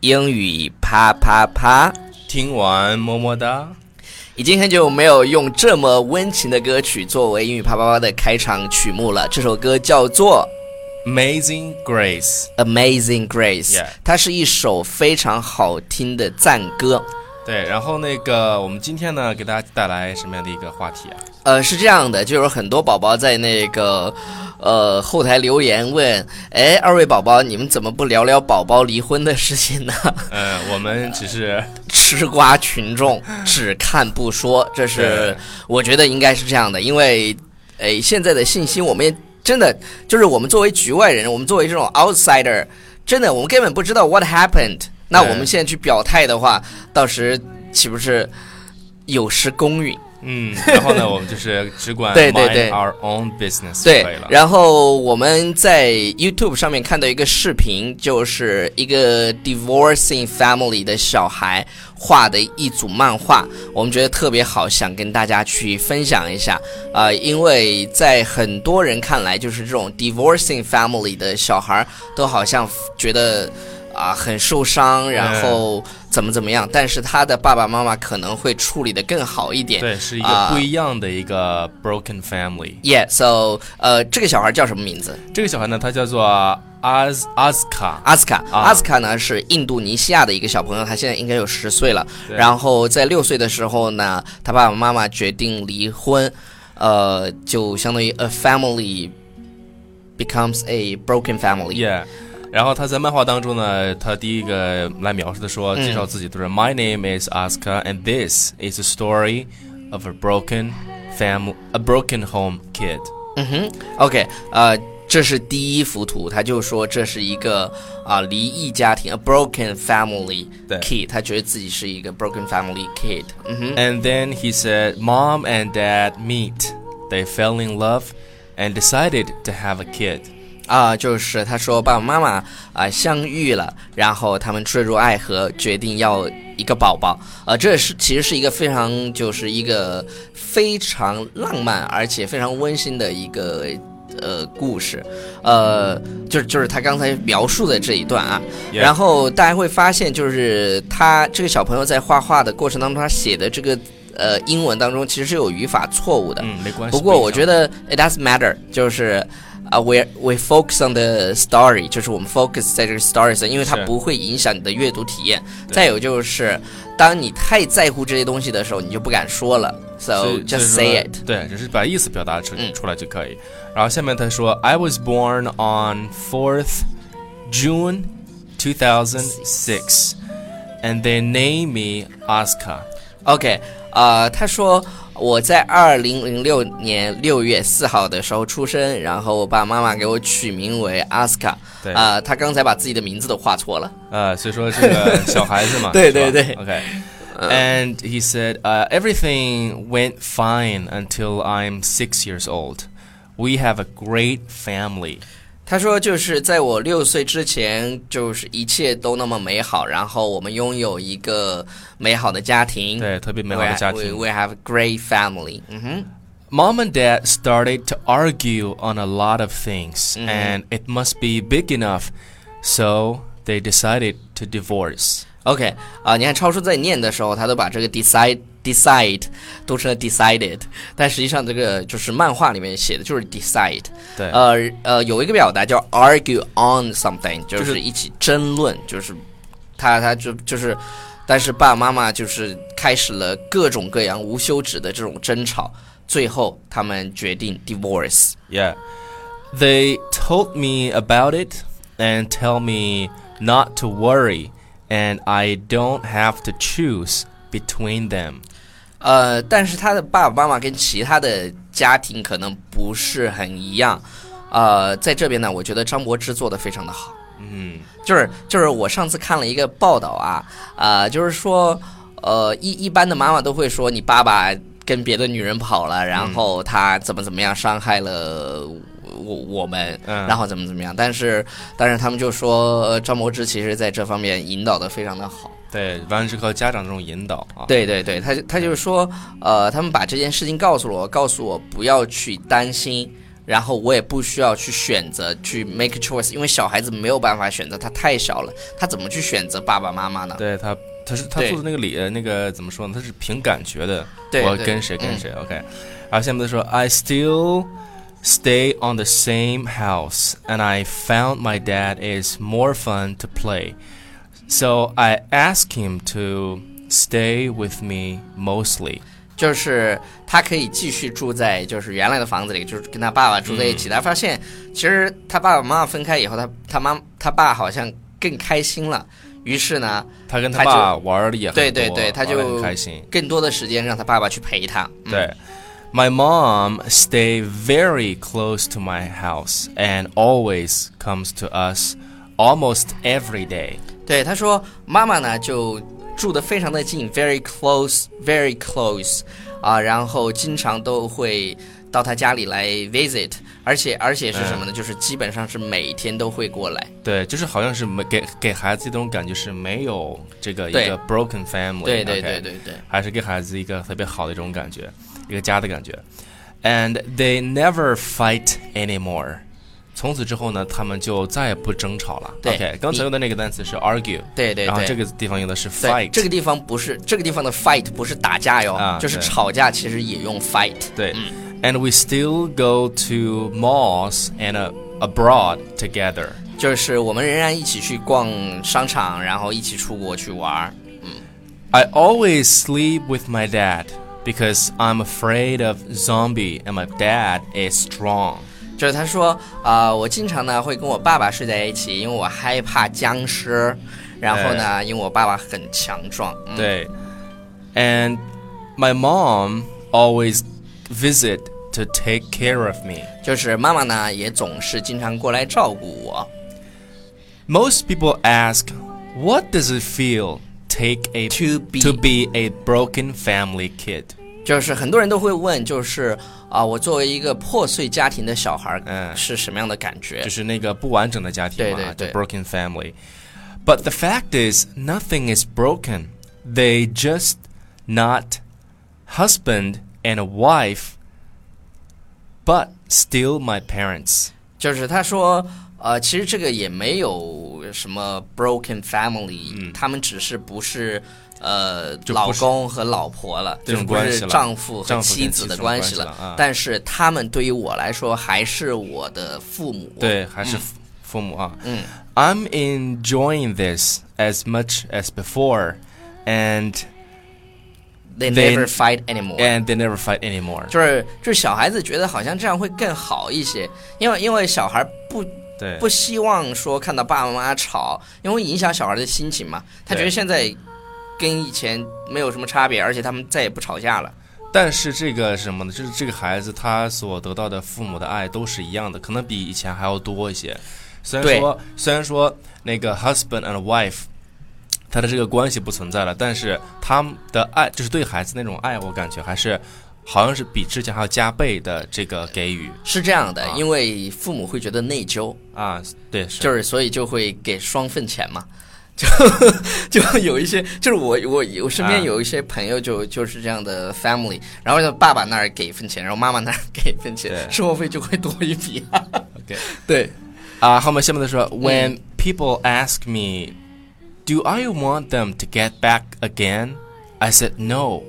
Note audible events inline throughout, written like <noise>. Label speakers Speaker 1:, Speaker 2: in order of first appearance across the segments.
Speaker 1: 英语啪啪啪，
Speaker 2: 听完么么哒。
Speaker 1: 已经很久没有用这么温情的歌曲作为英语啪啪啪的开场曲目了。这首歌叫做
Speaker 2: Amazing Grace，
Speaker 1: 《Amazing Grace》
Speaker 2: Yeah
Speaker 1: 它是一首非常好听的赞歌。
Speaker 2: 对，然后那个我们今天呢，给大家带来什么样的一个话题啊？
Speaker 1: 呃，是这样的，就有很多宝宝在那个呃后台留言问，哎，二位宝宝，你们怎么不聊聊宝宝离婚的事情呢？
Speaker 2: 呃，我们只是
Speaker 1: 吃瓜群众只看不说，这是
Speaker 2: 对
Speaker 1: 我觉得应该是这样的，因为诶现在的信息我们也真的就是我们作为局外人，我们作为这种 outsider，真的我们根本不知道 what happened。那我们现在去表态的话，到时岂不是有失公允？ <laughs>
Speaker 2: 嗯，然后呢，我们就是只管
Speaker 1: 对对对
Speaker 2: mind our own business 就
Speaker 1: 对
Speaker 2: 可以，了。
Speaker 1: 然后我们在 YouTube 上面看到一个视频，就是一个 divorcing family 的小孩画的一组漫画，我们觉得特别好，想跟大家去分享一下。啊，因为在很多人看来，就是这种 divorcing family 的小孩都好像觉得啊、很受伤，然后怎么怎
Speaker 2: 哎
Speaker 1: 么样，但是他的爸爸妈妈可能会处理的更好一点。
Speaker 2: 对，是一个
Speaker 1: 啊
Speaker 2: 不一样的一个 broken family。
Speaker 1: Yeah，so 呃，这个小孩叫什么名字？
Speaker 2: 这个小孩呢，他叫做 Az Azka，
Speaker 1: 阿斯卡，
Speaker 2: 啊
Speaker 1: 阿斯卡呢是印度尼西亚的一个小朋友，他现在应该有十岁了。
Speaker 2: 对
Speaker 1: 然后在六岁的时候呢，他爸爸妈妈决定离婚，呃，就相当于 a family becomes a broken family。
Speaker 2: Yeah，然后他在漫画当中呢，他第一个来描述的说，介绍自己都是、My name is Asuka, and this is a story of a broken family, a broken home kid。
Speaker 1: 嗯哼，OK，呃，这是第一幅图，他就说这是一个啊、离异家庭，a broken family
Speaker 2: 对
Speaker 1: kid，他觉得自己是一个 broken family kid。嗯哼。
Speaker 2: And then he said, Mom and Dad meet. They fell in love and decided to have a kid.
Speaker 1: 啊、就是他说爸爸妈妈啊、相遇了，然后他们坠入爱河，决定要一个宝宝。呃，这是其实是一个非常就是一个非常浪漫而且非常温馨的一个呃故事。呃，就是就是他刚才描述的这一段啊。
Speaker 2: Yeah.
Speaker 1: 然后大家会发现，就是他这个小朋友在画画的过程当中，他写的这个呃英文当中其实是有语法错误的。
Speaker 2: 嗯，没关系。
Speaker 1: 不过我觉
Speaker 2: 得
Speaker 1: 得 it doesn't matter，就是啊、w we we focus on the story，就是我们 focus 在这个 story 上，因为它
Speaker 2: 是
Speaker 1: 不会影响你的阅读体验。
Speaker 2: 对
Speaker 1: 再有就是，当你太在乎这些东西的时候，你就不敢说了。So just say it。
Speaker 2: 对，只是把意思表达出、
Speaker 1: 嗯
Speaker 2: 出来就可以。然后下面他说，I was born on 4th June 2006, and they named me Asuka.
Speaker 1: OK，呃，他说我在二零零六年六月四号的时候出生，然后我爸爸妈妈给我取名为阿斯卡。
Speaker 2: 对
Speaker 1: 啊、他刚才把自己的名字都画错了。
Speaker 2: 呃，所以说这
Speaker 1: <laughs>
Speaker 2: 个小孩子嘛，
Speaker 1: 对
Speaker 2: 是
Speaker 1: 对
Speaker 2: 吧
Speaker 1: Uh. 对
Speaker 2: OK. <laughs> And he said, uh, everything went fine until I'm six years old. We have a great family.
Speaker 1: 他说，就是在我六岁之前，就是一切都那么美好，然后我们拥有一个美好的家庭，
Speaker 2: 对，特别美好的家庭。
Speaker 1: We, we have a great family。嗯哼，
Speaker 2: Mom and Dad started to argue on a lot of things,
Speaker 1: Mhm.
Speaker 2: and it must be big enough, so they decided to divorce.
Speaker 1: OK，啊、你看超叔在念的时候，他都把这个 decide decide 读成了 decided，但实际上这个就是漫画里面写的就是 decide。
Speaker 2: 对
Speaker 1: 呃呃，有一个表达叫 argue on something，就
Speaker 2: 就是
Speaker 1: 是一起争论，就是他他就就是，但是爸爸妈妈就是开始了各种各样无休止的这种争吵，最后他们决定 divorce。
Speaker 2: Yeah. They told me about it and tell me not to worry, and I don't have to choose between them.
Speaker 1: 呃，但是他的爸爸妈妈跟其他的家庭可能不是很一样。呃，在这边呢，我觉得张柏芝做的非常的好。
Speaker 2: 嗯，
Speaker 1: 就是就是我上次看了一个报道啊，啊、就是说，呃，一一般的妈妈都会说你爸爸跟别的女人跑了，然后他怎么怎么样伤害了我我们，
Speaker 2: 嗯
Speaker 1: 然后怎么怎么样，但是但是他们就说呃张柏芝其实在这方面引导的非常的好。
Speaker 2: 对，完了之后家长这种引导啊，
Speaker 1: 对对对，他他就是说，呃，他们把这件事情告诉了我，告诉我不要去担心，然后我也不需要去选择去 make a choice，因为小孩子没有办法选择，他太小了，他怎么去选择爸爸妈妈呢？
Speaker 2: 对他，他是他
Speaker 1: 对
Speaker 2: 做的那个理，呃那个怎么说呢？他是凭感觉的，
Speaker 1: 对
Speaker 2: 我要
Speaker 1: 对
Speaker 2: 跟谁跟
Speaker 1: 嗯
Speaker 2: 谁。OK，然后下面他说，I still stay on the same house, and I found my dad is more fun to play, so I asked him to stay with me mostly.
Speaker 1: 就是他可以继续住在就是原来的房子里，就是跟他爸爸住在一
Speaker 2: 嗯
Speaker 1: 起。他发现其实他爸爸妈妈分开以后，他他妈他爸好像更开心了，于是呢，
Speaker 2: 他跟他
Speaker 1: 他就
Speaker 2: 爸玩的也很多，
Speaker 1: 对对对，他
Speaker 2: 玩得很
Speaker 1: 就
Speaker 2: 开心。
Speaker 1: 更多的时间让他爸爸去陪他。嗯
Speaker 2: 对。My mom stay very close to my house and always comes to us almost every day.
Speaker 1: 对，他说妈妈呢就住得非常的近，very close，very close，啊，然后经常都会到他家里来 visit，而且而且是什么呢？就是基本上是每天都会过来。
Speaker 2: 对，就是好像是没给给孩子一种感觉是没有这个一
Speaker 1: 对
Speaker 2: 个 broken family，
Speaker 1: 对对
Speaker 2: OK
Speaker 1: 对对对。
Speaker 2: 还是给孩子一个特别好的一种感觉，一个家的感觉。And they never fight anymore。从此之后呢，他们就再也不争吵了。
Speaker 1: 对
Speaker 2: OK，刚才
Speaker 1: 你
Speaker 2: 用的那个单词是 argue，
Speaker 1: 对对
Speaker 2: 然后
Speaker 1: 对
Speaker 2: 这个地方用的是
Speaker 1: 对
Speaker 2: fight，
Speaker 1: 这个地方不是这个地方的 fight 不是打架哟，
Speaker 2: 啊
Speaker 1: 就是
Speaker 2: 对
Speaker 1: 吵架，其实也用 fight。
Speaker 2: 对。And we still go to malls and uh, abroad together.
Speaker 1: 就是我们仍然一起去逛商场，然后一起出国去玩儿。
Speaker 2: I always sleep with my dad because I'm afraid of zombie and my dad is strong.
Speaker 1: 就是他说啊、呃我经常呢会跟我爸爸睡在一起，因为我害怕僵尸。然后呢，因为我爸爸很强壮。嗯、
Speaker 2: And my mom always visit to take care of me.
Speaker 1: 就是妈妈呢也总是经常过来照顾我。
Speaker 2: Most people ask, what does it feel take a
Speaker 1: To be-
Speaker 2: to be a broken family kid?
Speaker 1: 就是很多人都会问，就是啊、我作为一个破碎家庭的小孩，
Speaker 2: 嗯
Speaker 1: 是什么样的感觉？
Speaker 2: 就是那个不完整的家庭嘛，
Speaker 1: 对，对，对。
Speaker 2: 就 broken family. But the fact is, nothing is broken. They just not husband and a wife, but still my parents.
Speaker 1: 就是他说，呃，其实这个也没有什么 broken family，、他们只是不是呃
Speaker 2: 嗯就
Speaker 1: 老
Speaker 2: 不是
Speaker 1: 公和老婆了，就
Speaker 2: 这
Speaker 1: 是
Speaker 2: 种
Speaker 1: 不
Speaker 2: 关
Speaker 1: 是
Speaker 2: 系了
Speaker 1: 丈夫和
Speaker 2: 丈夫跟
Speaker 1: 妻
Speaker 2: 妻
Speaker 1: 子
Speaker 2: 子
Speaker 1: 的
Speaker 2: 的
Speaker 1: 关
Speaker 2: 关
Speaker 1: 系
Speaker 2: 系了啊
Speaker 1: 但是他们对于我来说还是我的父母。
Speaker 2: 对，还是父母啊。I'm enjoying this as much as before, and
Speaker 1: ，they
Speaker 2: they-
Speaker 1: never fight anymore。
Speaker 2: and they never fight anymore.
Speaker 1: 就是就是小孩子觉得好像这样会更好一些，因为因为小孩不
Speaker 2: 对，
Speaker 1: 不希望说看到爸爸妈妈吵，因为会影响小孩的心情嘛。他觉得
Speaker 2: 对
Speaker 1: 现在跟以前没有什么差别，而且他们再也不吵架
Speaker 2: 啊
Speaker 1: 了。
Speaker 2: 但是这个是什么呢？就是这个孩子他所得到的父母的爱都是一样的，可能比以前还要多一些。虽然说虽然说那个 husband and wife，他的这个关系不存在了，但是他们的爱就是对孩子那种爱，我感觉还是好像是比之前还要加倍的这个给予
Speaker 1: 是这样的，
Speaker 2: 啊
Speaker 1: 因为父母会觉得内疚，
Speaker 2: 啊。对，是
Speaker 1: 就是所以就会给双份钱嘛。 <laughs> 就就有一些，就是我我我身边
Speaker 2: 啊
Speaker 1: 有一些朋友就就是这样的 family，然后爸爸那儿给一份钱，然后妈妈那儿给一份钱，
Speaker 2: 对
Speaker 1: 生活费就会多一笔。啊
Speaker 2: OK
Speaker 1: 对，
Speaker 2: 啊。后面下面的说，When people ask me, do I want them to get back again? I said no.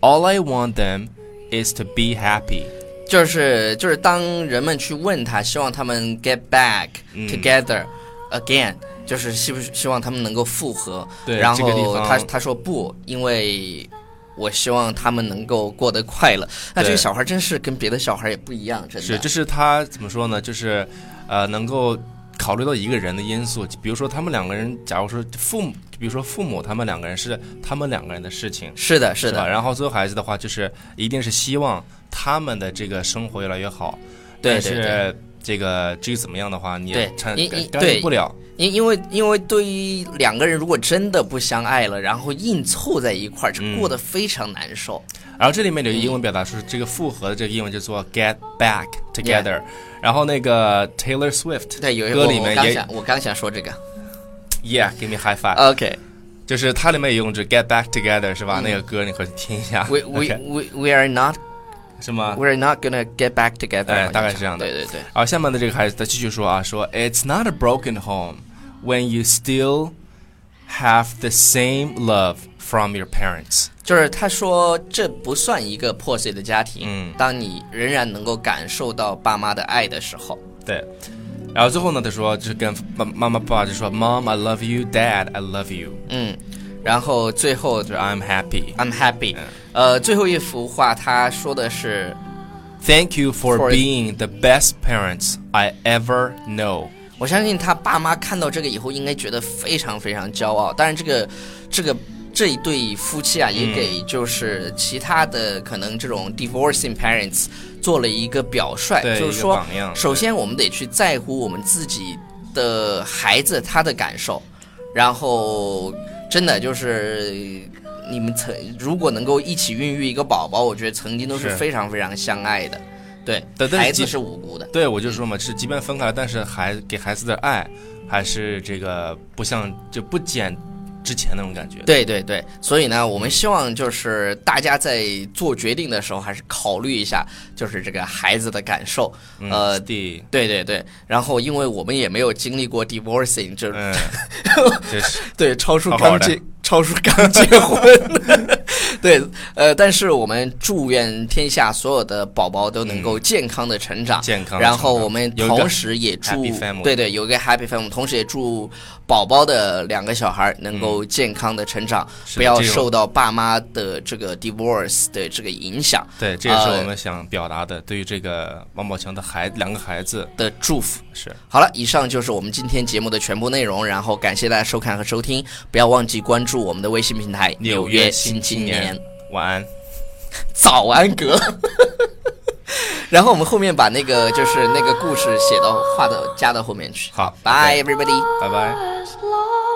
Speaker 2: All I want them is to be happy.
Speaker 1: 就是就是当人们去问他，希望他们 get back
Speaker 2: 嗯
Speaker 1: together again，、就是希不希望他们能够复合。
Speaker 2: 对
Speaker 1: 然
Speaker 2: 这个地
Speaker 1: 后
Speaker 2: 方
Speaker 1: 他他说不，因为我希望他们能够过得快乐。那这个
Speaker 2: 对
Speaker 1: 小孩真是跟别的小孩也不一样，真的。
Speaker 2: 是，这是他怎么说呢？就是，呃，能够考虑到一个人的因素，比如说他们两个人，假如说父母，比如说父母，他们两个人是他们两个人的事情，
Speaker 1: 是的，是
Speaker 2: 吧？
Speaker 1: 的，
Speaker 2: 然后最后孩子的话，就是一定是希望他们的这个生活越来越好，
Speaker 1: 对
Speaker 2: 但
Speaker 1: 对
Speaker 2: 是这个至于怎么样的话，你也
Speaker 1: 对
Speaker 2: 参
Speaker 1: 因因
Speaker 2: 干预
Speaker 1: 对
Speaker 2: 不了，
Speaker 1: 因因为因为对于两个人如果真的不相爱了，然后硬凑在一块儿，这
Speaker 2: 嗯
Speaker 1: 过得非常难受。
Speaker 2: 然后这里面
Speaker 1: 嗯
Speaker 2: 有一个英文表达说，这个复合的这个英文叫做 get back together。然后那个 Taylor Swift
Speaker 1: 对，有一
Speaker 2: 歌
Speaker 1: 我
Speaker 2: 里
Speaker 1: 我
Speaker 2: 面
Speaker 1: 刚
Speaker 2: 也
Speaker 1: 想我刚想说这
Speaker 2: <laughs>
Speaker 1: 个
Speaker 2: Yeah，give me high five。
Speaker 1: ，OK。
Speaker 2: 就是
Speaker 1: 嗯
Speaker 2: 它里面也用着 get back together 是吧？那个歌你可以听一下。
Speaker 1: We we
Speaker 2: OK
Speaker 1: we we are not
Speaker 2: <laughs> 是吗？
Speaker 1: We're not gonna get back together，
Speaker 2: 哎
Speaker 1: 好像
Speaker 2: 大概是这样的
Speaker 1: 对对对，
Speaker 2: 好，下面的这个孩子他继续说啊，说 It's not a broken home when you still have the same love from your parents。
Speaker 1: 就是他说这不算一个破碎的家庭。嗯，当你仍然能够感受到爸妈的爱的时候，
Speaker 2: 对，然后最后呢，他说就是跟爸妈妈爸爸就说 Mom I love you, Dad I love you，
Speaker 1: 嗯，然后最后
Speaker 2: 就是 I'm happy。
Speaker 1: I'm happy。呃，
Speaker 2: 嗯
Speaker 1: 最后一幅画他说的是
Speaker 2: Thank you for,
Speaker 1: For-
Speaker 2: being the best parents I ever know。
Speaker 1: 我相信他爸妈看到这个以后，应该觉得非常非常骄傲。当然，这个这个这一对夫妻啊，
Speaker 2: 嗯
Speaker 1: 也给就是其他的可能这种 divorcing parents 做了一个表率，
Speaker 2: 对
Speaker 1: 就是
Speaker 2: 一
Speaker 1: 说
Speaker 2: 个榜样，
Speaker 1: 首先我们得去在乎我们自己的孩子他的感受，然后真的就是。你们曾如果能够一起孕育一个宝宝，我觉得曾经都是
Speaker 2: 是
Speaker 1: 非常非常相爱的，对，
Speaker 2: 但但是
Speaker 1: 孩
Speaker 2: 即
Speaker 1: 子是无辜的，
Speaker 2: 对，我就说嘛，是即便分开了，但是孩给孩子的爱还是这个不像就不减之前那种感觉。
Speaker 1: 对对对，所以呢，我们希望就是大家在做决定的时候，还是考虑一下，就是这个孩子的感受。
Speaker 2: 嗯，
Speaker 1: 呃，
Speaker 2: 对，
Speaker 1: 对对对，然后因为我们也没有经历过 divorcing，就是、
Speaker 2: 嗯，
Speaker 1: <laughs>
Speaker 2: 这是
Speaker 1: 对超叔
Speaker 2: 好好
Speaker 1: 刚
Speaker 2: 的
Speaker 1: 结超叔刚结婚， <laughs> 对，呃，但是我们祝愿天下所有的宝宝都能够健康的成长，
Speaker 2: 嗯健康的
Speaker 1: 然
Speaker 2: 成
Speaker 1: 后
Speaker 2: 长
Speaker 1: 我们
Speaker 2: 有一个
Speaker 1: 同时也祝
Speaker 2: happy family
Speaker 1: 对对有一个 happy family，同时也祝宝宝的两个小孩能够健康的成长，
Speaker 2: 嗯是
Speaker 1: 不要
Speaker 2: 这种
Speaker 1: 受到爸妈的这个 divorce 的这个影响
Speaker 2: 对，这也是
Speaker 1: 呃
Speaker 2: 我们想表达的，对于这个王宝强的孩两个孩子
Speaker 1: 的祝福。
Speaker 2: 是。
Speaker 1: 好了，以上就是我们今天节目的全部内容，然后感谢大家收看和收听，不要忘记关注我们的微信平台《纽约新青年》
Speaker 2: 年，晚安。
Speaker 1: 早安格。 <laughs> 然后我们后面把那个就是那个故事写到画到加到后面去。
Speaker 2: 好
Speaker 1: ，Bye everybody。
Speaker 2: 拜拜。
Speaker 3: as long